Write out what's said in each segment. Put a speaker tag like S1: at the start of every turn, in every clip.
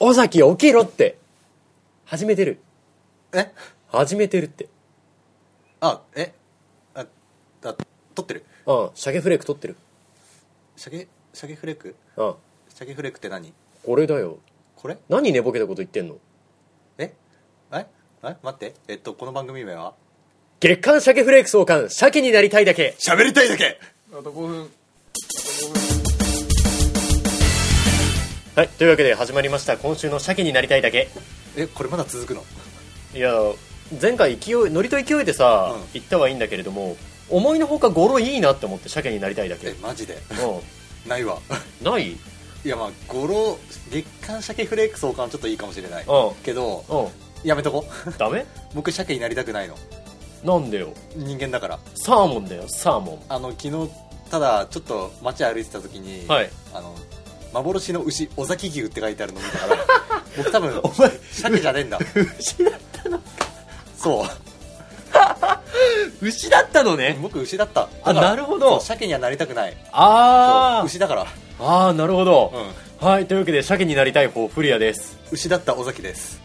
S1: 尾崎起きろって始めてる
S2: え
S1: 始めてるって
S2: あえああ撮ってる
S1: うんシャゲフレーク取ってる
S2: シャゲシャゲフレーク
S1: うん
S2: シャゲフレークって何
S1: これだよ
S2: これ
S1: 何寝ぼけたこと言ってんの
S2: えええ待ってえっとこの番組名は
S1: 月刊シャゲフレーク創刊シャケになりたいだけ
S2: 喋りたいだけ
S3: あと5分
S1: はいというわけで始まりました今週のシャケになりたいだけ
S2: えこれまだ続くの
S1: いや前回勢いノリと勢いでさ、
S2: うん
S1: 言ったはいいんだけれども思いのほか語呂いいなって思って鮭になりたいだけ
S2: えマジで
S1: う
S2: ないわ
S1: んないうん
S2: いやまあ語呂月刊シャケフレーク相関ちょっといいかもしれない
S1: うん
S2: けどやめとこ
S1: ダメ
S2: 僕シャケになりたくないの
S1: なんでよ
S2: 人間だから
S1: サーモンだよサーモ
S2: あの昨日ただちょっと街歩いてた時に、
S1: ンはい
S2: あの幻の牛尾崎牛って書いてあるの見たから僕多分
S1: お前
S2: 鮭じゃねえんだ
S1: 牛だ
S2: そう
S1: 牛だったのね
S2: 僕牛だった
S1: あ
S2: だから
S1: なるほど
S2: そう鮭にはなりたくない
S1: あー
S2: そう牛だから、
S1: あーなるほど
S2: う、ん、
S1: はいというわけで鮭になりたい方フリアです
S2: 牛だった尾崎です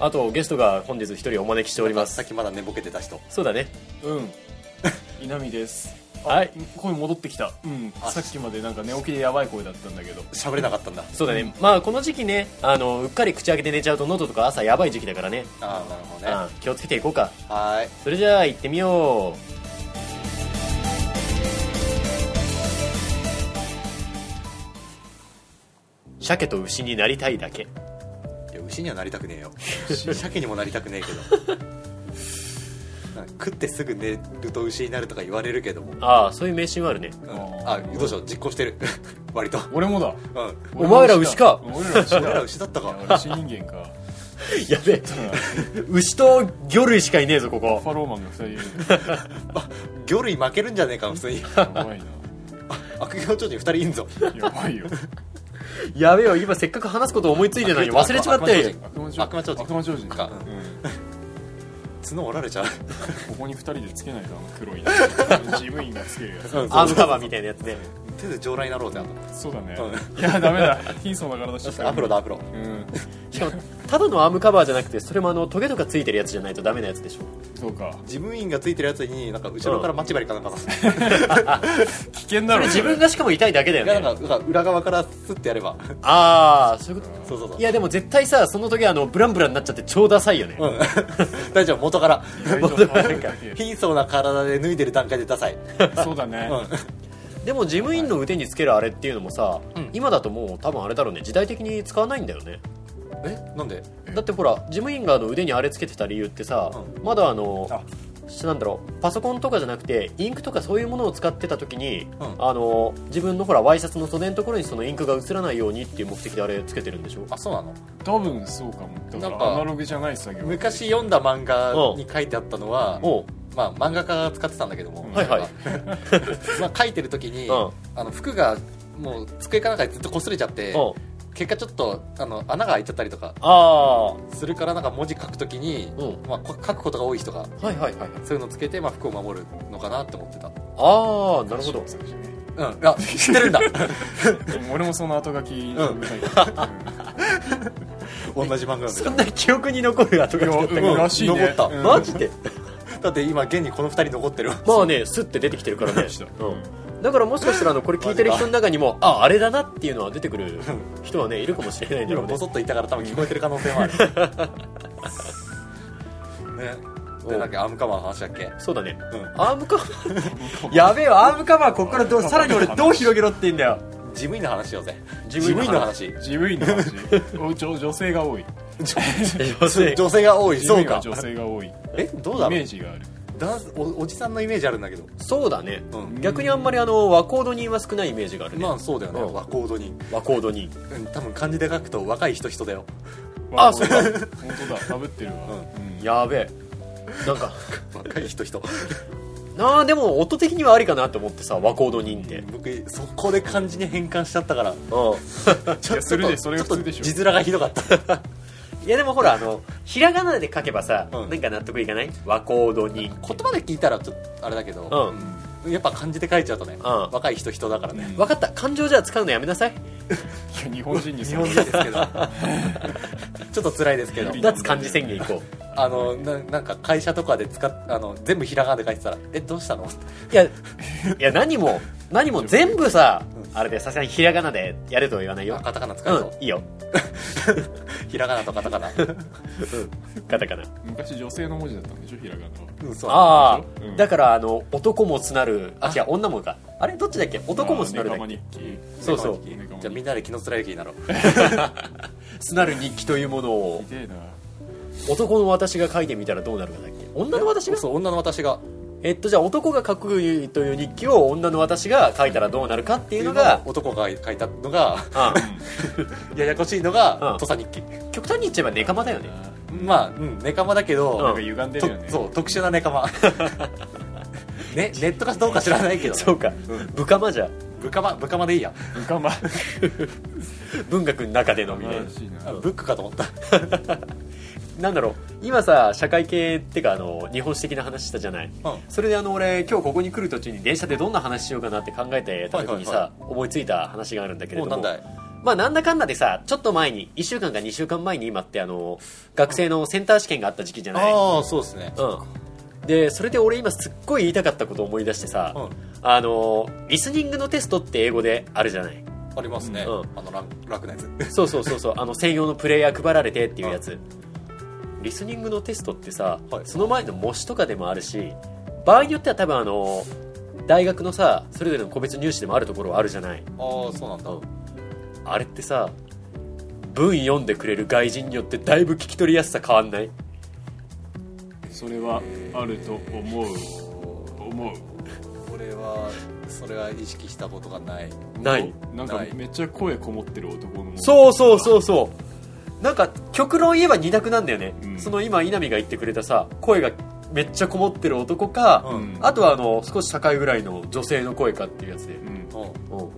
S1: あとゲストが本日一人お招きしておりま
S2: さっ
S1: す
S2: きまだ寝ぼけてた人
S1: そうだね
S3: うん稲見ですあ
S1: はい
S3: 声戻ってきたうん
S2: あ
S3: さっきまでなんか寝起きでやばい声だったんだけど
S2: 喋れなかったんだ
S1: そうだね、まあこの時期ねあのうっかり口開けて寝ちゃうと喉とか朝やばい時期だからね
S2: ああなるほどね
S1: あー気をつけていこうか
S2: はーい
S1: それじゃあ行ってみよう鮭と牛になりたいだけ
S2: いや牛にはなりたくねえ よ鮭にもなりたくねえけどなんか食ってすぐ寝ると牛になるとか言われるけども、
S1: ああそういう迷信はあるね
S2: うん
S3: あ
S2: あどうしよう実行してる 割と
S3: 俺もだ
S2: うん
S1: お前ら牛か
S3: 俺も牛だ
S2: 俺
S3: 俺ら
S2: ら
S3: 牛
S2: 牛だった
S3: だい
S2: か
S3: や俺牛人間か
S1: やべ え牛と魚類しかいねえぞこ
S3: バッフ
S1: こ
S3: ァローマンが2人いる
S2: 魚類負けるんじゃねえか普通に
S3: やばい
S2: 悪行町人2人いんぞ
S3: なやばいよ
S1: やべえよ今せっかく話すこと思いついて ないのに忘れちまったよ
S3: 悪魔
S2: 悪魔超人
S3: 悪魔超人
S2: か
S3: うん
S2: 角折られちゃう
S3: ここに2人でつけないとあの黒いな事務員がつけるやつ
S1: アームカバーみたいなやつね
S2: 手で上来になろうぜあと
S3: そうだね
S2: う
S3: いやダメだ貧相な体して
S2: アフロだアフロ
S3: うん
S1: しかもただのアームカバーじゃなくてそれもあのトゲとかついてるやつじゃないとダメなやつでしょ
S3: そうか
S2: 事務員がついてるやつになんか後ろから待ち針かなんか刺す、
S3: 危険だろ
S1: 自分がしかも痛いだけだよ
S2: いや
S1: ね
S2: なんかなんか裏側からスッてやれば
S1: ああそういうこと
S2: そうそうそう
S1: いやでも絶対さその時あのブランブランになっちゃって超ダサいよね、
S2: うん 大丈夫元から
S3: 元から
S2: 貧相な体で脱いでる段階でダサい、
S3: そうだね
S2: う
S1: でも事務員の腕につけるあれっていうのもさ、
S2: うん
S1: 今だともう多分あれだろうね時代的に使わないんだよね
S2: ん、えなんで
S1: だってほら事務員があの腕にあれつけてた理由ってさ、
S2: う
S1: まだあの
S3: あ
S1: なんだろうパソコンとかじゃなくてインクとかそういうものを使ってた時に、
S2: うん
S1: あの自分のほらワイシャツの袖のところにそのインクが映らないようにっていう目的であれつけてるんでしょ
S2: あそうなの
S3: 多分そうかもだ
S2: な
S3: か
S2: んから
S3: アナログじゃない作業
S2: 昔読んだ漫画に書いてあったのは、
S1: おう
S2: まあ、漫画家が使ってたんだけども、
S3: はい
S1: はい
S2: まあ、書いてる時に、
S1: うん
S2: あの服がもう机かなんかでずっと擦れちゃって、
S1: おう
S2: 結果ちょっとあの穴が開いちゃったりとか
S1: あ
S2: するからなんか文字書くときに、
S1: うん
S2: まあ、こ書くことが多い人が
S1: あはいはいはいはい
S2: そういうのつけて、まあ、服を守るのかなって思ってた
S1: ああなるほど
S2: うんあ知ってるんだ
S3: 俺もその後書きうん
S2: うん同じ漫画
S1: そ
S2: なん
S1: な記憶に残る後が来たっ
S3: い
S1: たけ
S3: やうん
S1: ど
S3: らしいね
S2: 残った
S3: うん
S1: マジで
S2: だって今現にこの2人残ってるわ
S1: まあねスッて出てきてるからね
S3: 出てきた
S1: うんだからもしかしたらあのこれ聞いてる人の中にもああれだなっていうのは出てくる人はねいるかもしれないんだ
S2: 今
S1: ろうね
S2: ボソッと言ったから多分聞こえてる可能性もあるねでなんかアームカバーの話だっけ
S1: そうだね
S2: うん
S1: アームカバー やべえわアームカバーこっからどうさらに俺どう広げろって言うんだよ
S2: 事務員の話しようぜ
S1: 事
S2: 事
S1: 務
S2: 務
S1: 員
S2: 員
S1: の
S2: の
S1: 話
S2: 話
S3: 事務員の話お女女性が多い
S1: 女性
S2: 女性が多い
S3: 事
S2: そう
S3: 務員は
S2: か
S3: 女性が多いイ
S2: えどうだろ
S3: メ
S2: う
S3: ージがある
S2: 男おおじさんのイメージあるんだけど
S1: そうだね
S2: うん
S1: 逆にあんまりあの和コード人は少ないイメージがあるね
S2: まあそうだよね
S1: うん
S2: 和コードに
S1: 和コード人
S2: うん多分漢字で書くと若い人人だよ
S1: あ
S3: わ
S1: そうか
S3: 本当だかぶってるわ
S2: うん
S3: うん
S1: やべえなんか
S2: 若い人人
S1: なあでも音的にはありかなと思ってさ和コード人ってうん
S2: 僕そこで漢字に変換しちゃったからちょ
S3: いやそれでそれが普通でしょ
S2: ちょっと字面がひどかった
S1: いやでもほらあのひらがなで書けばさ、
S2: うん
S1: なんか納得いかない和コード人
S2: 言葉で聞いたらちょっとあれだけ
S1: う
S2: ど、
S1: ん
S2: やっぱ漢字で書いちゃうとね、
S1: ん
S2: 若い人人だからね、
S1: 分かった感情じゃ使うのやめなさい
S3: いや日本人に
S2: 日
S3: そ
S2: 本
S3: う
S2: 人ですけどちょっと辛いですけど
S1: 脱漢字宣言いこ
S2: あのななんか会社とかで使っあの全部ひらがなで書いてたら「えどうしたの?」
S1: ういやいや何も何も全部さあれでさすがにひらがなでやれとは言わないよ
S2: あカタカナ使うぞ
S1: う、んいいよ
S2: ひらがなとカタカナ
S1: カタカナ
S3: 昔女性の文字だったんでしょひらがなは
S2: うんそう
S1: ああ、
S3: うん
S1: だからあの男もつなるあ違う女もかあれどっちだっけ男もつなるだ
S3: まあ
S1: っ
S3: ネ
S1: け
S3: カマ日記
S1: そうそう
S3: ネカマ日記
S2: じゃあみんなで気のつらい気になろう
S1: つなる日記というものを
S3: ひでえな
S1: 男の私が書いてみたらどうなるかだっけ女の私が
S2: そう女の私が
S1: えっとじゃあ男が書くという日記を女の私が書いたらどうなるかっていうのが
S2: 男が書いたのが
S1: あ
S2: ややこしいのが
S1: うん
S2: 土佐日記
S1: 極端に言っちゃえばネカマだよね
S2: まあうんネカマだけ
S3: なん
S2: ど
S3: か、歪んで
S2: と
S3: るよね
S2: そう特殊なネ カマね、ネットかどうか知らないけど、
S1: そうか部下マじゃ
S2: ブカマブカマでいいや
S3: うかま
S1: 文学の中でのみね
S3: 悲しいな
S2: あブックかと思った
S1: なんだろう今さ社会系ってかあの日本史的な話したじゃない、
S2: うん
S1: それであの俺今日ここに来る途中に電車でどんな話しようかなって考えてた時にさ、
S2: はいは
S1: 思いついた話があるんだけれ
S2: もう
S1: ど
S2: な
S1: も
S2: んだい
S1: まあなんだかんだでさちょっと前に1週間か2週間前に今ってあの学生のセンター試験があった時期じゃない、
S2: ああそうですね
S1: うん、でそれで俺今すっごい言いたかったことを思い出してさ、
S2: うん
S1: あのリスニングのテストって英語であるじゃない
S2: ありますね、
S1: うん
S2: あの楽楽なやつ
S1: そうそうそうそうあの専用のプレイヤー配られてっていうやつリスニングのテストってさ、
S2: はい
S1: その前の模試とかでもあるし場合によっては多分あの大学のさそれぞれの個別入試でもあるところはあるじゃない
S2: ああそうなんだ、
S1: あれってさ文読んでくれる外人によってだいぶ聞き取りやすさ変わんない
S3: それはあると思う思う
S2: 俺はそれは意識したことがない
S1: ない
S3: なんか
S2: ない
S3: めっちゃ声こもってる男の
S1: そうそうそうそうなんか極論言えば二択なんだよね、
S3: うん
S1: その今稲見が言ってくれたさ声がめっちゃこもってる男か、
S2: うん
S1: あとはあの少し高いぐらいの女性の声かっていうやつで、
S3: うん
S2: うん
S1: うん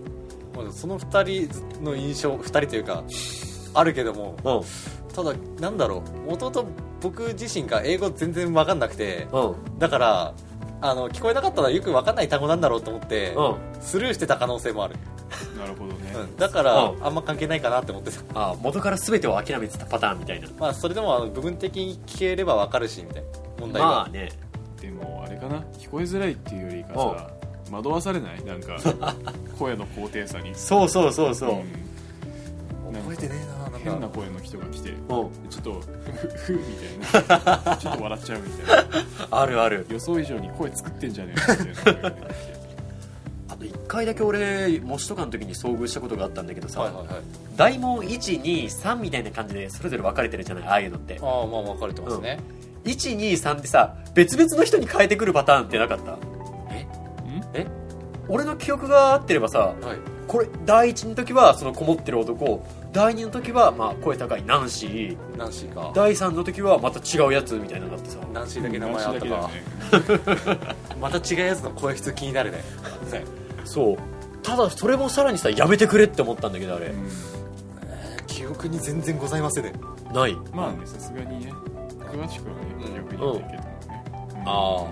S2: まあその2人の印象2人というかあるけども
S1: うん
S2: ただなんだろう弟僕自身が英語全然分かんなくて
S1: うん
S2: だからあの聞こえなかったらよく分かんない単語なんだろうと思って、
S1: うん
S2: スルーしてた可能性もある、
S3: なるほどね
S2: うん、だから、
S1: うん
S2: あんま関係ないかなって思ってた
S1: あ元から全てを諦めてたパターンみたいな
S2: まあそれでもあの部分的に聞ければ分かるしみたいな問題が、
S1: まあね
S3: でもあれかな聞こえづらいっていうよりかさ惑わされないなん か声の高低差に
S1: そうそうそうそう、
S3: うんなんか
S2: 覚えてねえななんか
S3: 変な声の人が来て
S1: うん、
S3: ちょっとふふみたい なちょっと笑っちゃうみたいな
S1: あるある
S3: 予想以上に声作ってんじゃねえかみたいな声がね
S1: あと1回だけ俺模試とかの時に遭遇したことがあったんだけどさ、
S2: はいはいはい
S1: 大問123みたいな感じでそれぞれ分かれてるじゃないああいうのって
S2: ああまあ分かれてますね、
S1: 123ってさ別々の人に変えてくるパターンってなかった
S3: ん
S2: え
S1: 俺の記憶が合ってればさ
S2: はい
S1: これ第1の時はそのこもってる男第2の時はまあ声高いナンシー
S2: ナンシーか
S1: 第3の時はまた違うやつみたいなのがあってさ
S2: ナンシーだけ名前あったか、また違うやつの声質気に なるね
S1: そうただそれもさらにさやめてくれって思ったんだけどあれ
S2: 記憶に全然ございませんね
S1: ない
S3: うんまあねさすがにね詳しくは
S2: うん
S3: ねよく言ってるけどねうん
S1: あ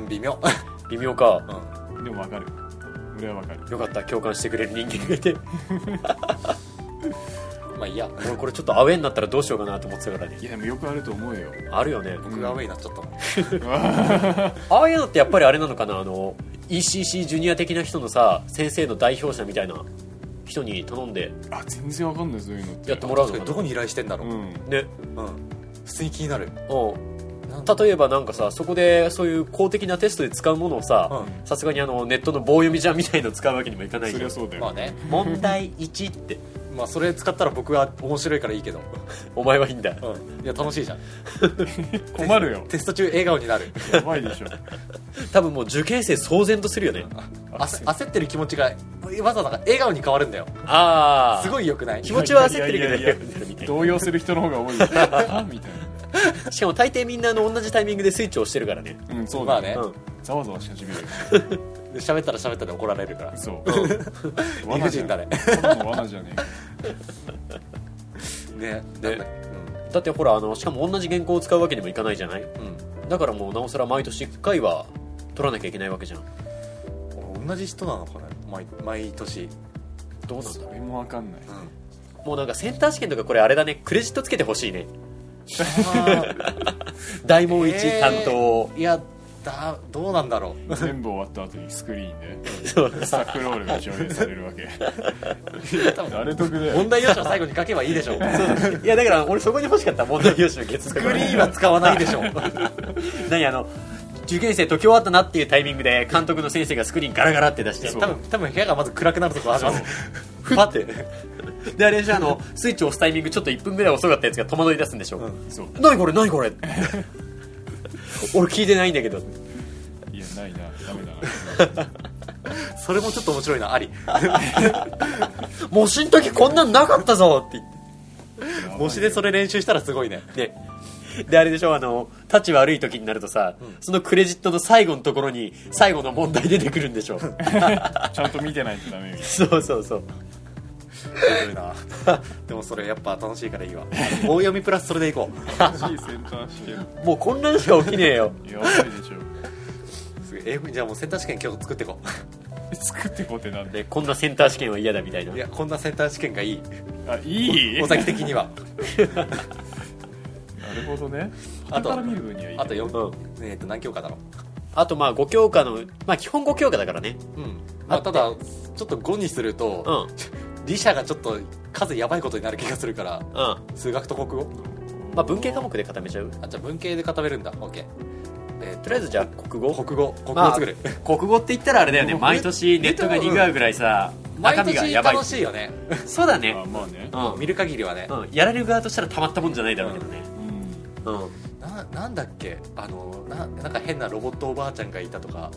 S2: うん微妙
S1: 微妙か
S2: う
S3: でもわかる俺はわかる
S1: よかった共感してくれる人間がいて
S2: んまあいいや
S1: 俺これちょっとアウェーになったらどうしようかなと思ってたからね
S3: いやでもよくあると思う よ
S1: あるよね
S2: 僕がアウェイになっちゃったもん
S1: ああいうのってやっぱりあれなのかなあの ECC ジュニア的な人のさ先生の代表者みたいな人に頼んで
S3: あ全然わかんないそういうのって
S1: やってもらう
S2: 確か
S1: の
S2: にど
S1: か
S2: こに依頼してんだろう、
S3: うん
S1: なね
S2: うん普通に気になる
S1: う
S2: なん
S1: ん例えばなんかさそこでそういう公的なテストで使うものを
S2: う
S1: さ
S2: ん
S1: さすがにあのネットの棒読みじゃんみたいの使うわけにもいかない
S3: そ
S1: じ
S3: り
S1: ゃ
S3: ゃ
S1: ん
S3: そうだ
S2: まあ
S3: よ
S2: ね
S1: 問題1って
S2: まあそれ使ったら僕は面白いからいいけど、
S1: お前はいいんだ
S2: うん、いや楽しいじゃん
S3: 困るよ
S2: テスト中笑顔になる
S3: やばいでしょ
S1: 多分もう受験生騒然とするよね
S2: 焦焦ってる気持ちがわざわざ笑顔に変わるんだよ
S1: ああ
S2: す
S1: い
S2: ごい良くない
S1: 気持ちは焦ってるけど
S3: いやいやいやいや
S1: 笑顔になるみたい
S3: 動揺する人の方が多いよあみたい
S1: なしかも大抵みんなあの同じタイミングでスイッチを押してるからね
S3: なうんそう
S2: ま
S3: だ
S2: あ
S3: ね
S2: ね
S1: うん
S3: ざわざわし始めるよ
S2: で喋ったら喋ったで怒られるから
S3: そう
S2: 理不尽だね
S3: ただの罠じゃねえか
S2: ね
S1: ね
S2: なんだ
S1: だってほらあのしかも同じ原稿を使うわけにもいかないじゃない
S2: うん、
S1: だからもうなおさら毎年1回は取らなきゃいけないわけじゃん
S2: うん、同じ人なのかな毎毎年
S1: どうなんだ
S3: それもわかんない
S2: うん
S1: もうなんかセンター試験とかこれあれだねクレジットつけてほしいね大門一担当、
S2: いやだどうなんだろう
S3: 全部終わった後にスクリーンで
S1: そう
S3: スタッフロールが上映されるわけ
S2: 多分
S3: あれ得だよ
S2: 問題用紙を最後に書けばいいで しょう
S1: いやだから俺そこに欲しかった問題用紙の月
S2: スクリーンは使わないでしょう
S1: 何あの受験生解き終わったなっていうタイミングで監督の先生がスクリーンガラガラって出して
S3: そう
S2: 多分多分部屋がまず暗くなるとこあるは ず
S1: パッて であれでしょあのスイッチ押すタイミングちょっと1分ぐらい遅かったやつが戸惑い出すんでしょ、
S2: うん
S3: そう
S1: 何これ何こ れ俺聞いてないんだけど
S3: いやないなダメだな
S2: それもちょっと面白い なあり
S1: 模試の時こんなんなかったぞって言っ
S2: 模試でそれ練習したらすごいね
S1: てであれでしょあの立ち悪い時になるとさ、そのクレジットの最後のところに最後の問題出てくるんでし ょ
S3: ちゃんと見てないとダメみたいな
S1: そうそうそう
S2: 面白いなでもそれやっぱ楽しいからいいわ大読みプラスそれでいこう
S3: 欲しいセンター試験
S1: もう混乱しか起きねえよ
S3: やばいでしょ
S2: すげえ英語じゃあもうセンター試験今日作っていこ
S3: 作ってこうってなんで
S1: でこんなセンター試験は嫌だみたいな
S2: ういやこんなセンター試験がいい
S3: あいい
S2: 尾崎的には
S3: なるほどね
S2: あと
S3: 人から見る分にはいいね
S2: あとよ、
S1: うん
S2: えっと何教科だろ
S1: あとまあ5教科のまあ基本5教科だからね
S2: う、うんまあ、ただちょっと5にする
S1: う
S2: と、
S1: ん
S2: 理社がちょっと数やばいことになる気がするから
S1: うんま
S2: 数学と国語
S1: あ文系科目で固めちゃう
S2: あじゃあ文系で固めるんだ OK えー、
S1: と
S2: と
S1: りあえずじゃあ国語
S2: 国語国
S1: ま
S2: 語
S1: あ
S2: 作る、
S1: 国語って言ったらあれだよね毎年ネットがにぐわうぐらいさ中身
S2: 毎
S1: が
S2: 年
S1: やばい
S2: 楽しいよね
S1: そうだ
S3: あ
S1: ね
S3: まあね
S1: うん、
S2: 見る限りはね、
S1: うん、やられる側としたらたまったもんじゃないだろうけどね
S3: うん
S1: うん
S2: ななんだっけあのななんか変なロボットおばあちゃんがいたとか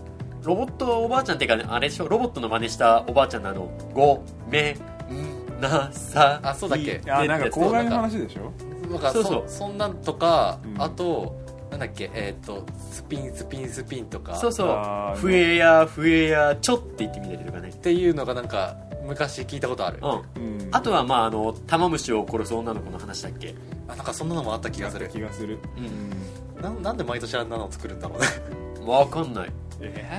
S1: ロボットおばあちゃんっていうかあれでしょロボットの真似したおばあちゃんのあの「ごめんなさい」
S2: あそうだっけ
S3: あなんか公
S1: う
S3: 害の話でしょ
S2: なんか
S1: そ
S2: そう
S1: そう
S2: そんなんとか、
S3: うん
S2: あとなんだっけえっ、とスピンスピンスピンとか
S1: そう
S2: っ
S1: そう「
S3: あー
S1: ふえやふえやちょ」って言ってみたりとかね
S2: ていうのがなんか昔聞いたことある、
S1: うん
S3: うん
S1: あとはまああの玉虫を殺す女の子の話だっけ
S2: あなんかそんなのもあった気がする
S3: 気がする
S1: う
S3: うんん
S2: ななんで毎年あんなの作るんだろ うね
S1: わかんない
S3: え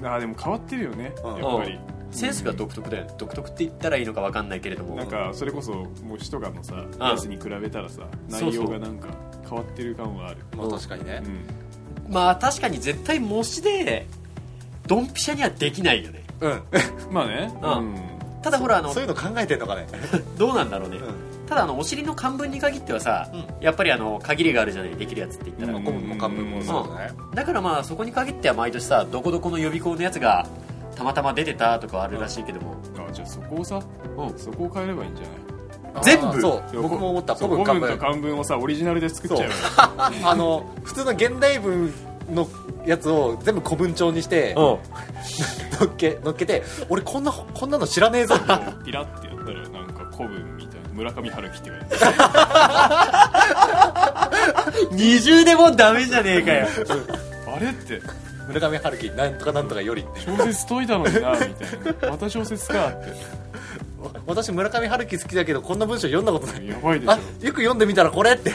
S3: ー、あーでも変わってるよねや
S2: うん
S3: っぱり
S1: センスが独特だよね独特って言ったらいいのかわかんないけれども
S3: なんかそれこそもう詩とかのさやつに比べたらさ
S1: そうそう
S3: 内容がなんか変わってる感はある
S2: まあ確かにね
S3: う、ん
S1: まあ確かに絶対模試でドンピシャにはできないよね
S2: うん
S3: まあね
S1: うんただほらあの
S2: そういうの考えてんのかね、
S1: どうなんだろうね、
S2: う
S1: ただあのお尻の漢文に限ってはさ、
S2: う
S1: やっぱりあの限りがあるじゃないできるやつって言ったら、
S3: うん
S2: ん、古文も漢文もそうだね、
S1: だからまあそこに限っては毎年さどこどこの予備校のやつがたまたま出てたとかあるらしいけども、
S3: あじゃあそこをさそこを変えればいいんじゃない
S2: あー
S1: 全部
S2: そう僕も思った
S3: そう
S2: 古
S3: 古
S2: 文
S3: 文
S2: 漢文
S3: と漢文をさオリジナルで作っちゃうよ
S2: あの普通の現代文のやつを全部古文帳にして、
S1: うん
S2: 乗っけ乗っけて俺こんなこんなの知らねえぞ
S3: ピラってやったらなんか古文みたいな村上春樹って書いて
S1: 二重でもダメじゃねえかよ
S3: あるあれって
S2: 村上春樹なんとかなんとかより
S3: 小説解いたのになみたいなまた小説かっ
S2: わ私村上春樹好きだけどこんな文章読んだことな
S3: て
S2: い
S3: やばいでし
S2: あよく読んでみたらこれって
S3: ょ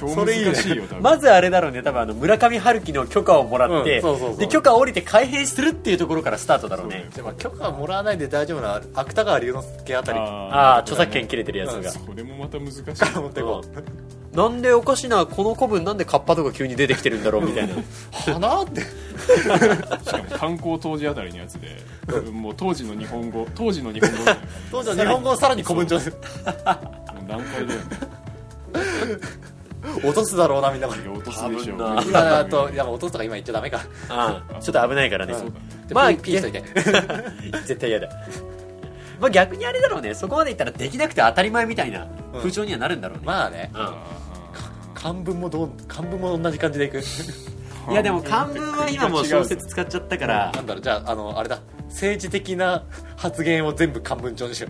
S3: 超
S2: それいいね
S3: 難しいよ多分
S1: まずあれだろうね多分あの村上春樹の許可をもらって、
S2: うんそうそうそう
S1: で許可を降りて改変するっていうところからスタートだろうね
S3: そう
S2: でも許可もらわないで大丈夫な芥川龍之介あたり
S1: ああ
S3: あ
S1: 著作権切れてるやつが、
S3: ーそれもまた難しい
S2: から持ってこう
S1: なんでおかしなこの古文なんでカッパとか急に出てきてるんだろうみた いな
S2: 花って
S3: しかも観光当時あたりのやつでもう当時の日本語当時の日本語だよね
S2: 当時の日本語をさらに古文帳で
S3: もう段階だよね
S2: 落とすだろうなみんなこれ
S3: いや落とすでしょ
S1: 多分な
S2: 今だといや落とすとか今言っちゃダメか
S1: うん ちょっと危ないからね、
S3: そうだね
S2: で
S1: まあ
S2: ピーピーしといて
S1: 絶対嫌だまあ逆にあれだろうねそこまでいったらできなくて当たり前みたいな
S2: うん
S1: 風潮にはなるんだろうね、
S2: まあね
S1: うん
S2: 漢文もどう漢文も同じ感じでいく
S1: いやでも漢文は今もう小説使っちゃったから
S2: なんだろうじゃああのあれだ政治的な発言を全部漢文帳にしよ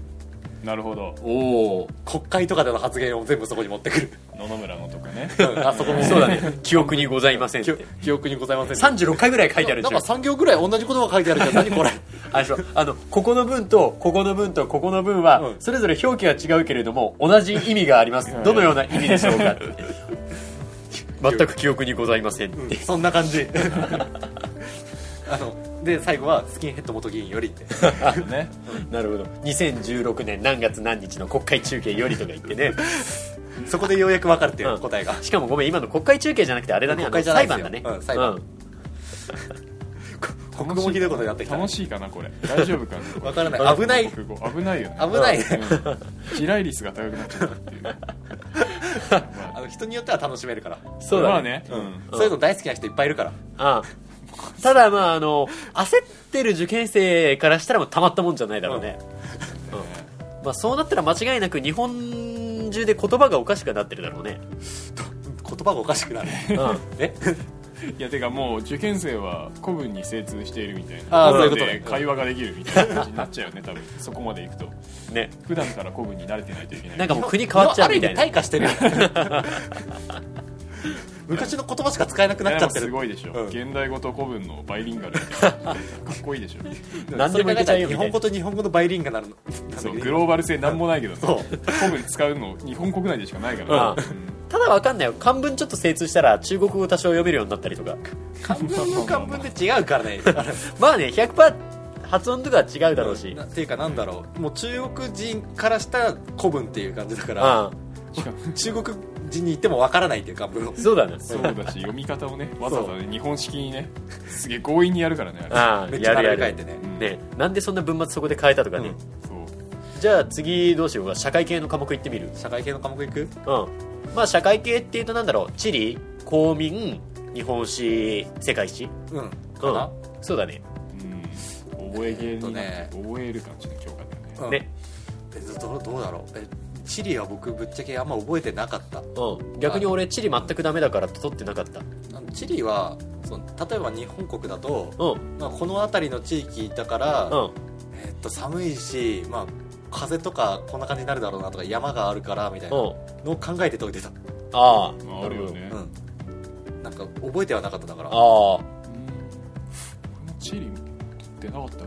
S2: う
S3: なるほど
S1: おお
S2: 国会とかでの発言を全部そこに持っ てくる
S3: 野々村のとかね
S2: あそこも
S1: そうだね 記憶にございませんっ
S2: 記
S1: て
S2: 憶記憶にございません
S1: 36回ぐらい書いてある
S2: な
S1: で
S2: ん
S1: し
S2: か
S1: ょ
S2: 3行ぐらい同じ言葉書いてあるじゃん何これ
S1: あれでしょあのここの文とここの文とここの文は
S2: うん
S1: それぞれ表記は違うけれども同じ意味がありますどのような意味でしょう か全く記憶にございませんって
S2: そんな感じ あので最後はスキンヘッド元議員よりって
S4: ね
S1: なるほど2016年何月何日の国会中継よりとか言ってね
S2: そこでようやく分かるっていううん答えが
S1: しかもごめん今の国会中継じゃなくてあれだね
S2: 国会じ
S1: あ
S2: ゃな
S1: の
S2: い
S1: 裁
S2: です
S1: 判
S2: よ
S1: だね
S2: うん裁判
S1: うん
S2: 国語もひどいことになってきた
S3: 楽しいかなこれ大丈夫かな
S2: わからない危ない
S3: 国語危ないよね
S2: 危ない
S3: うん地雷率が高くなっちゃったっていうま
S2: あ
S3: あ
S2: の人によっては楽しめるから
S1: そう
S3: ま
S1: だ
S3: あねうん
S2: そういうの大好きな人いっぱいいるから
S1: ああただまああの焦ってる受験生からしたらもうたまったもんじゃないだろうね、うんまあ、そうなったら間違いなく日本中で言葉がおかしくなってるだろうね、
S2: 言葉がおかしくなる
S1: うん、あ
S2: ね
S3: いやてかもう受験生は古文に精通しているみたいな
S2: あー
S3: なので
S2: そういうことね
S3: 会話ができるみたいな感じになっちゃうよね多分そこまでいくと
S1: ね
S3: 普段から古文に慣れてないといけない
S1: なんかもう国変わっちゃうみたいな
S2: ある意味退 化してるよ昔の言葉しか使えなく
S3: い
S2: なっち
S3: やで
S2: ゃ
S3: も
S2: ってる
S3: すごいでしょ、
S2: うん
S3: 現代語と古文のバイリンガルみたい な感じでかっこいいでしょ
S1: 何でもいけちゃうよ
S2: そ
S1: みたい
S2: れ考えたら日本
S1: な
S2: 語と日本語のバイリンガルなの
S3: そうグローバル性なんもないけどさ
S2: そう
S3: 古文使うの日本国内でしかないからね、
S1: ただわかんないよ漢文ちょっと精通したら中国語多少読めるようになったりとか
S2: 漢文の漢文で違うからねあれ
S1: まあね100%発音とかは違うだろうし、
S2: なっていうかなんだろうもう中国人からしたら古文っていう感じだから
S1: ああ
S3: しかも
S2: 中国人に言ってもわからないっていう漢文を
S1: そうだね
S3: そうだし読み方をねわざわざね日本式にねすげえ強引にやるからねあ
S1: ああ
S2: めっちゃ
S1: やるや
S2: 並べ替え
S1: る
S2: てね
S3: れ、
S1: ねなんでそんな文末そこで変えたとかね、
S3: うんそう
S1: じゃあ次どうしようか社会系の科目行ってみる
S2: 社会系の科目いく
S1: うんまあ社会系っていうとなんだろう地理公民日本史世界史
S2: うん
S1: う
S2: か
S1: ん
S2: な
S1: そうだね
S3: うん覚え芸にな
S2: え
S3: っ
S2: って
S3: 覚える感じの教科だ
S2: う
S3: よね
S2: ん
S1: ね
S2: えどどうだろうえ地理は僕ぶっちゃけあんま覚えてなかった
S1: うん逆に俺地理全くダメだから取ってなかった
S2: あの地理はその例えば日本国だと、
S1: うん
S2: まあ、この辺りの地域だから、
S1: うん
S2: えっと寒いし、まあ、風とかこんな感じになるだろうなとか山があるからみたいな
S1: うん
S2: のを考えて解いてた、
S1: ああ
S3: まああるよね
S2: うん、なんか覚えてはなかっただから
S1: ああ
S3: うん地理ってなかったから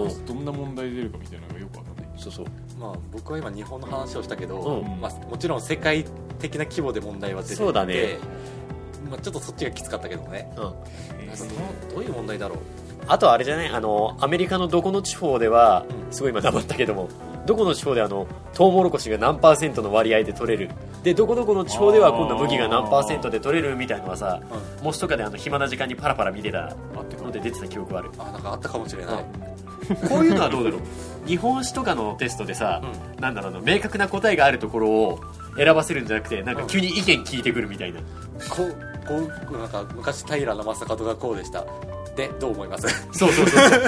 S1: う
S3: なんどんな問題出るかみたいなのがよくわかんない
S1: そうそう
S2: まあ、僕は今日本の話をしたけど、
S1: うん
S2: まあ、もちろん世界的な規模で問題は出てきて
S1: そうだね
S2: まあ、ちょっとそっちがきつかったけどね
S1: うん
S2: なんかそのどういう問題だろう
S1: あとあれじゃないあのアメリカのどこの地方では
S2: うん
S1: すごい今黙ったけどもどこの地方であのトウモロコシが何パーセントの割合で取れるでどこどこの地方では今度麦が何パーセントで取れるみたいのはさ模試とかであの暇な時間にパラパラ見てた
S3: あってか
S1: ので出てた記憶はある
S2: あなんかあったかもしれない、
S1: こういうのはどうだろう日本史とかのテストでさ、なんだろうな明確な答えがあるところを選ばせるんじゃなくてなんか急に意見聞いてくるみたいな、
S2: こうこうなんか昔平将門がこうでしたでどう思います
S1: そうそうそうそう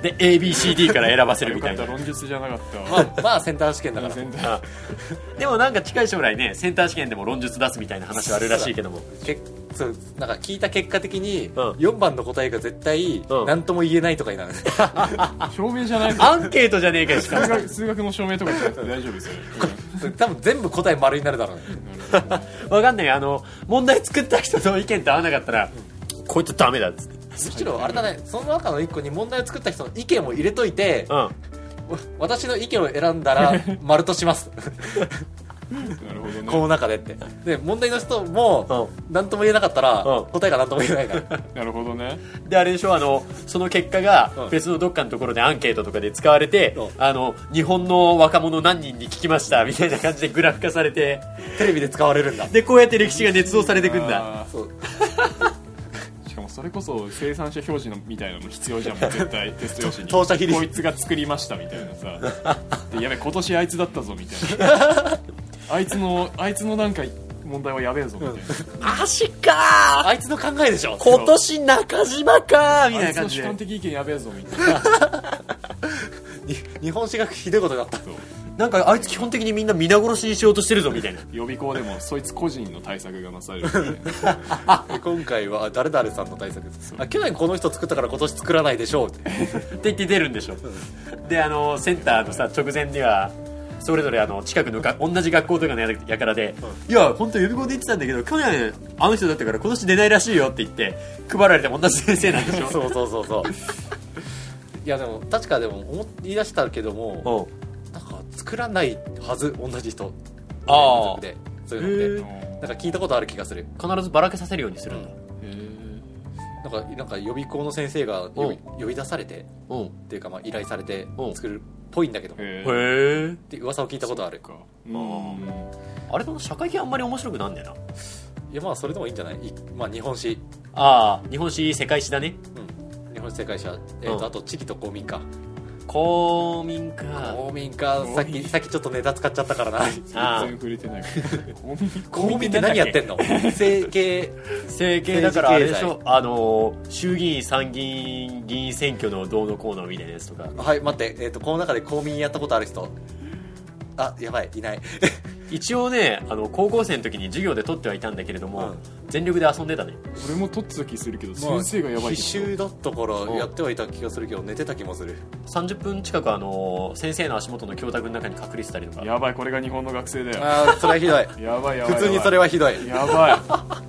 S1: で ABCD から選ばせる
S3: よ
S1: み
S3: か
S1: た
S3: っ
S1: い
S3: た
S1: な
S3: 論述じゃなかった
S2: まあ まあセンター試験だから
S3: 全然
S1: あでもなんか近い将来ねセンター試験でも論述出すみたいな話はあるらしいけども
S2: けそうなんか聞いた結果的に
S1: ん
S2: 4番の答えが絶対
S1: うん
S2: 何とも言えないとかにな る、
S3: 証明じゃない
S1: アンケートじゃねえかよしか
S3: 数
S1: も
S3: 学数学の証明とかじゃなくて大丈夫ですよね
S2: 多分全部答え丸になるだろうね
S1: わかんないあの問題作った人の意見と合わなかったら、こいつダメだっつって
S2: むしろあれだねその中の1個に問題を作った人の意見も入れといて、
S1: うんあ
S2: わ 私の意見を選ん だら丸とします
S3: なるほ
S2: こ
S3: どね
S2: の中でってで問題の人も
S1: う
S2: 何とも言えなかったら
S1: うん
S2: 答えが何とも言えない から
S3: なるほどね
S1: であれでしょあのその結果が
S2: うん
S1: 別のどっかのところでアンケートとかで使われて、
S2: う
S1: あの日本の若者何人に聞きましたみたいな感じでグ ラフ化されて
S2: テレビで使われるんだ
S1: でこうやって歴史が捏造されてくんだ
S3: あ
S2: そう
S3: ーしかもそれこそ生産者表示のみたいなのも必要じゃ んもう絶対テスト用紙に
S2: 当社比率
S3: こいつが作りましたみたいなさでやべ今年あいつだったぞみたいな あいつのあいつのなんか問題はやべえぞみたいな、
S1: マジか
S2: あいつの考えでし
S1: ー
S2: ょ
S1: 今年中島かーみたいな
S3: あ
S1: い
S3: つの
S1: 感じ
S3: 主
S1: で
S3: 観的意見やべえぞみたいな
S2: に日本史がひどいことになった
S3: そう
S1: なんかあいつ基本的にみんな皆殺しにしようとしてるぞみたいな
S3: 予備校でもそいつ個人の対策がなされるみたい な
S2: で今回は誰々さんの対策ですあ去年この人作ったから今年作らないでしょう って
S1: って言って出るんでしょであのセンターのさ直前にはそれぞれあの近くのが同じ学校とかのややからで、いや本当予備校で言ってたんだけど去年あの人だったから今年出ないらしいよって言って配られても同じ先生なんでしょ
S2: そうそうそうそういやでも確かでも思い出したけども
S1: うん
S2: なんか作らないはず同じ人
S1: ああ
S2: 連続でそういうのって
S3: へ
S2: なんか聞いたことある気がする
S1: 必ずばらけさせるようにするんだ、
S3: え
S2: なんなんかなんか予備校の先生が呼び
S1: う
S2: 呼び出されて
S1: うんへ
S2: っていうかまあ依頼されて
S1: うん
S2: 作るっぽいんだけどっ
S3: へえ
S1: え
S2: て噂を聞いたことある
S3: かうん
S1: あれの社会系あんまり面白くなんねえない
S2: やまあそれでもいいんじゃないいまあ日本史
S1: ああ日本史世界史だね
S2: うん日本史世界史はえー
S1: うん
S2: とあと地理と公民か
S1: 公民か
S2: 公民かさっ
S3: 公
S2: き
S3: 民
S2: さっきちょっとネタ使っちゃったからな
S3: 全
S1: あー
S3: 然触れてないから公民
S2: 公民って何やってんの整形
S1: 政経だからあれでしょあの衆議院参議院議員選挙のどうのこうのみたいなやつとか
S2: はい待って、えー、とこの中で公民やったことある人あやばいいない
S1: 一応ねあの高校生の時に授業で取ってはいたんだけれども、
S2: うん
S1: 全力で遊んでたね
S3: 俺も取ってた気するけど 先生がやばい
S2: 必修だったからやってはいた気がするけど寝てた気もする
S1: 30分近くあの先生の足元の教卓の中に隠れてたりとか
S3: やばいこれが日本の学生だよ
S2: ああ それはひどい
S3: やばいやばい
S2: 普通にそれ
S3: は
S2: はひどい
S3: や ばい
S2: あ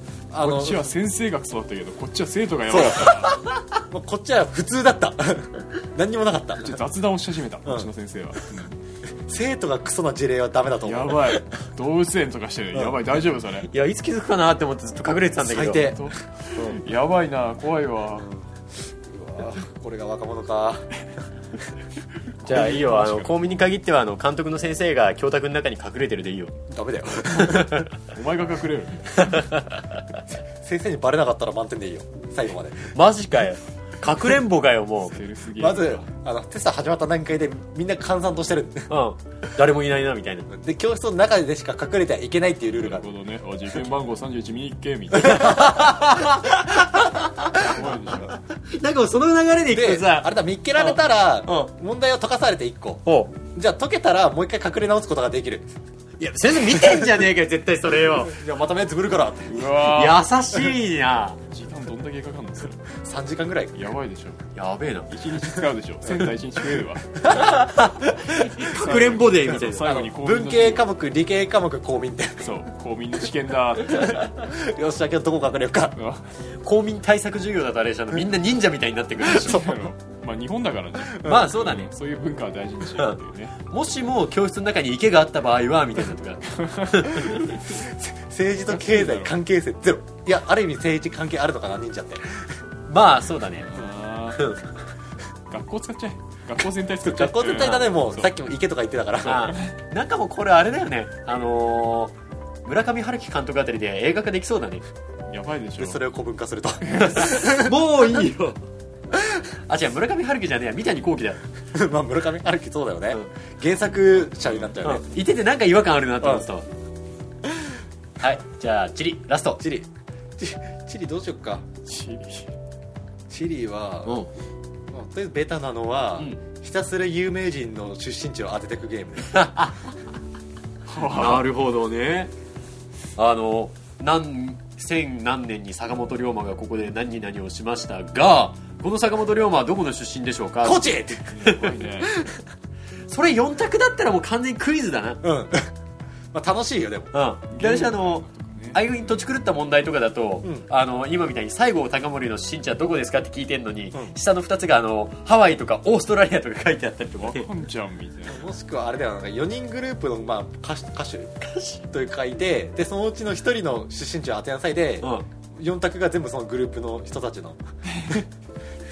S3: こ
S2: の
S3: っちは先生がクソだったけどこっちは生徒がやばかったから
S2: もうこっちは普通だった 何にもなかった
S3: ちょっと雑談をし始めた
S2: ん
S3: うちの先生は
S2: 生徒がクソな事例はダメだと
S3: うん
S2: 思
S3: や
S2: う
S3: ばい動物園とかしてるやばい大丈夫それ
S1: いやいつ気づくかなって思ってずっと隠れてたんだけ
S2: 最
S1: ど
S2: 低
S3: とやばいな怖いわ
S2: うわこれが若者か
S1: じゃあいいよあの公民に限ってはあの監督の先生が教卓の中に隠れてるでいいよ
S2: ダメだよ
S3: お前が隠れる
S2: 先生にバレなかったら満点でいいよ最後まで
S1: マジかよかくれんぼかよ も
S3: セルすぎ
S2: まずあのテスト始まった段階でみんな閑散としてる
S1: う、うん、誰もいないなみたいな
S2: で教室の中でしか隠れてはいけないっていうルール
S3: な
S2: があ
S3: る
S2: る
S3: ほどねあ受験番号31見に行けみ たいな怖いでしょ
S1: なんかその流れでい
S2: であれだ見っけられたら
S1: う
S2: 問題を解かされて1個
S1: おう
S2: じゃあ解けたらもう一回隠れ直すことができる
S1: いや先生見てんじゃねえかよ絶対それよ
S2: じゃあまた目つぶるからって
S3: うわー
S1: 優しいな
S3: 時間どんだけかかるんですか
S2: 3時間ぐらい
S3: やばいでしょ
S1: やべえな
S3: 一日使うでしょセンター一日増えるわ
S1: かくれんぼでみたいな
S3: 最後に公民の
S2: 文系科目理系科目公民って
S3: そう公民の試験だーって
S2: よしじゃあ今日どこ隠れようか
S3: うわ
S1: 公民対策授業だとあれでしょあのみんな忍者みたいになってくるでしょ
S3: あのまあ日本だからね
S1: まあそうだね
S3: そういう文化は大事にしようっていうね
S1: もしも教室の中に池があった場合はみたいなとか
S2: 政治と経済関係性ゼロいやある意味政治関係あるのかな忍者って
S1: まあそうだね
S3: あー学校使っちゃえ学校全体使っちゃえ
S2: 学校全体だねもう
S3: そう
S2: さっきも池とか言ってたから
S1: あなんかもうこれあれだよねあのー村上春樹監督あたりで映画化できそうだね
S3: やばいでしょ
S2: でそれを古文化すると
S1: もういいよあ違う村上春樹じゃねえや三谷幸喜だ、
S2: まあ村上春樹そうだよね、原作者になったよね、
S1: いててなんか違和感あるなと思ってたわはいじゃあチリラスト
S2: チリチチリどうしよっか
S3: チリ
S2: チリは、
S1: うん
S2: まあとりあえずベタなのは、
S1: うん
S2: ひたすら有名人の出身地を当てていくゲーム
S1: なるほどねあの何千何年に坂本龍馬がここで何々をしましたがこの坂本龍馬はどこの出身でしょうか
S2: コチって
S3: やばいね
S1: それ4択だったらもう完全にクイズだな
S2: うん まあ楽しいよでも
S1: うん誰しあのああいうにとち狂った問題とかだと、
S2: ん
S1: あの今みたいに西郷隆盛の出身地はどこですかって聞いてんのに、
S2: ん
S1: 下の2つがあのハワイとかオーストラリアとか書いてあったりと か
S3: わ
S1: ね
S3: かんちゃんみたいな
S2: もしくはあれだよなんか4人グループの、まあ、歌手歌手という書いてでそのうちの1人の出身地を当てなさいで、
S1: うん
S2: 四4択が全部そのグループの人た ちのって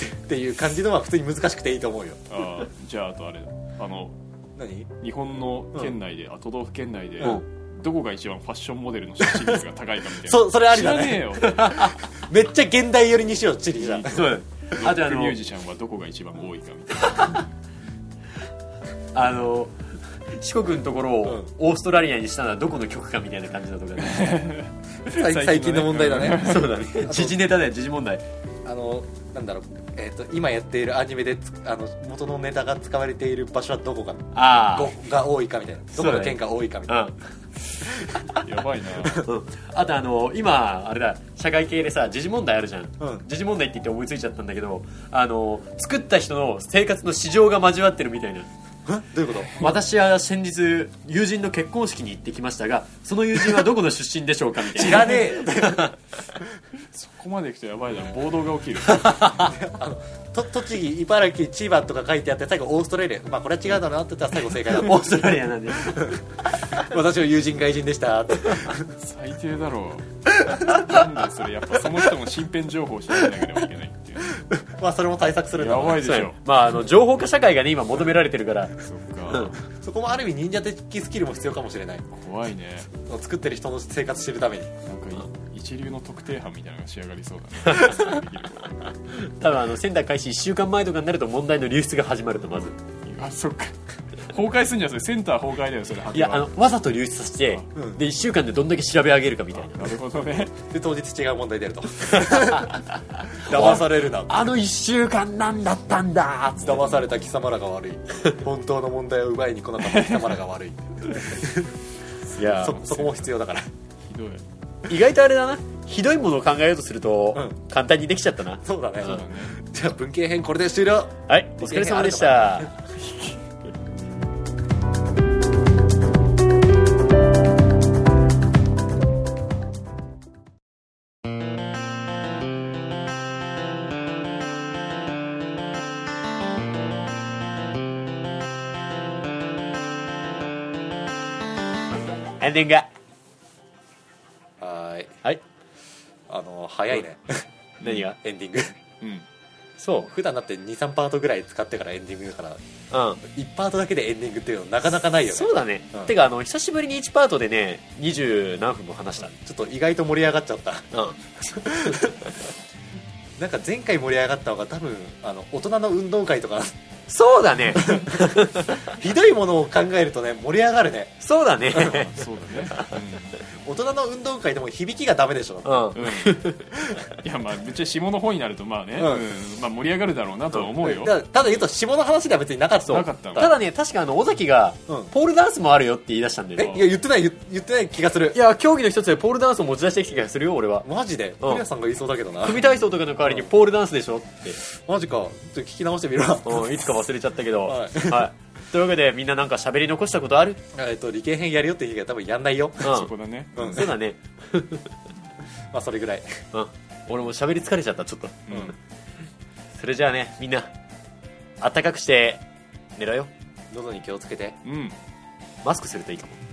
S2: っていう感じのは普通に難しくていいと思うよ
S3: あーじゃああとあれだあの
S2: 何
S3: 日本の県内で、あ都道府県内で、
S1: う
S3: どこが一番ファッションモデルの出身率が高いかみたいな
S2: そそれありだね
S3: 知らね
S2: めっちゃ現代寄りにしようチリじゃん
S1: そう
S3: えよ
S1: あ
S3: ロ
S1: とあ
S3: ックミュ
S1: の
S3: ージシャンはどこが一番多いかみたい
S1: あの四国のところ
S2: う
S1: を
S2: ん
S1: オーストラリアにしたのはどこの局かみたいな感じだとかね
S2: 最最近の問題だね
S1: そうだね 時事ネタだよ時事問題
S2: あのなんだろう、えー、と今やっているアニメでつあの元のネタが使われている場所はどこか
S1: あ
S2: ごが多いかみたいなどこの県が多いかみたいな、
S1: あうん
S3: なやばいな
S1: うんあとあの今あれだ社会系でさ時事問題あるじゃん、
S2: うん
S1: 時事問題って 言って思いついちゃったんだけどあの作った人の生活の市場が交わってるみたいな
S2: どういうこと
S1: 私は先日友人の結婚式に行ってきましたがその友人はどこの出身でしょうかみたい
S2: 知
S1: な
S2: らねえ
S3: そこまで行くとやばいだろ暴動が起きる
S2: と栃木茨城千葉とか書いてあって最後オーストラリアまあこれは違うだろうなって言ったら最後正解 だ
S1: オーストラリアなんで
S2: 私の友人外人でしたって
S3: 最低だろうなんだよそれやっぱその人も身辺情報を調べなければいけないっていう
S2: まあそれも対策するんだ
S3: や
S2: ろう
S3: ば
S2: ない
S3: でしょ
S1: まああの情報化社会がね今求められてるから
S3: そっか
S2: そこもある意味忍者的スキルも必要かもしれない
S3: 怖いね
S2: 作ってる人の生活してるために
S3: なんかい一流の特定班みたいなのが仕上がりそうだねできる
S1: 多分あの仙台開始1週間前とかになると問題の流出が始まるとまず
S3: あそっか崩壊すんじゃんそれセンター崩壊だよそれ
S1: いやあのわざと流出させて、
S2: うん
S1: で1週間でどんだけ調べ上げるかみたいな
S3: なるほどね
S2: で当日違う問題出ると騙されるな
S1: あの1週間なんだったんだつって
S2: 騙された貴様らが悪い本当の問題を奪いに来なかった貴様らが悪い
S1: いや
S2: そそこも必要だから
S3: ひどい
S1: 意外とあれだなひどいものを考えようとすると、
S2: うん
S1: 簡単にできちゃったな
S2: そうだね、
S3: そうだね
S2: じゃあ文系編これで終了
S1: はいお疲れ様でしたエンディング
S2: はーい
S1: はい
S2: あの早いね
S1: 何が
S2: エンディング
S3: うん
S1: そ
S2: 普段だって23パートぐらい使ってからエンディングだから
S1: ううん
S2: 1パートだけでエンディングっていうのなかなかないよね
S1: そうだね、
S2: うん
S1: てかあの久しぶりに1パートでね二十何分も話した
S2: ちょっと意外と盛り上がっちゃった
S1: うん
S2: なんか前回盛り上がったのが多分あの大人の運動会とか
S1: そうだね
S2: ひどいものを考えるとね盛り上がるね
S1: そうだね
S3: そうだね
S2: 大人の運動会でも響きがダメでしょ
S1: うん
S3: うん、うん、いやまあぶっちゃけ下の方になるとまあね、
S2: うん
S3: うんまあ、盛り上がるだろうなとは思うよ、
S2: だただ言うと下の話では別になかった
S3: なかったの
S1: ただね確かあの尾崎が、
S2: うん
S1: ポールダンスもあるよって言い出したんだ
S2: え
S1: よ
S2: いや言ってない言言ってない気がする
S1: いや競技の一つでポールダンスを持ち出してきた気がするよ俺は
S2: マジで古谷さんが言いそうだけどな
S1: 組体操とかの代わりにポールダンスでしょって、
S2: マジかちょっと聞き直してみるわ
S1: うん、いつか忘れちゃったけど
S2: はい
S1: いというわけでみんななんか喋り残したことある、
S2: えっと理系編やるよって日が多分やんないよ
S1: う
S3: そこ
S1: ん
S3: だね、
S2: うん
S1: そうだね、
S2: まあそれぐらい
S1: うん、俺も喋り疲れちゃったちょっと
S3: うん
S1: それじゃあねみんなあったかくして寝ろよ
S2: 喉に気をつけて
S3: うん
S1: マスクするといいかも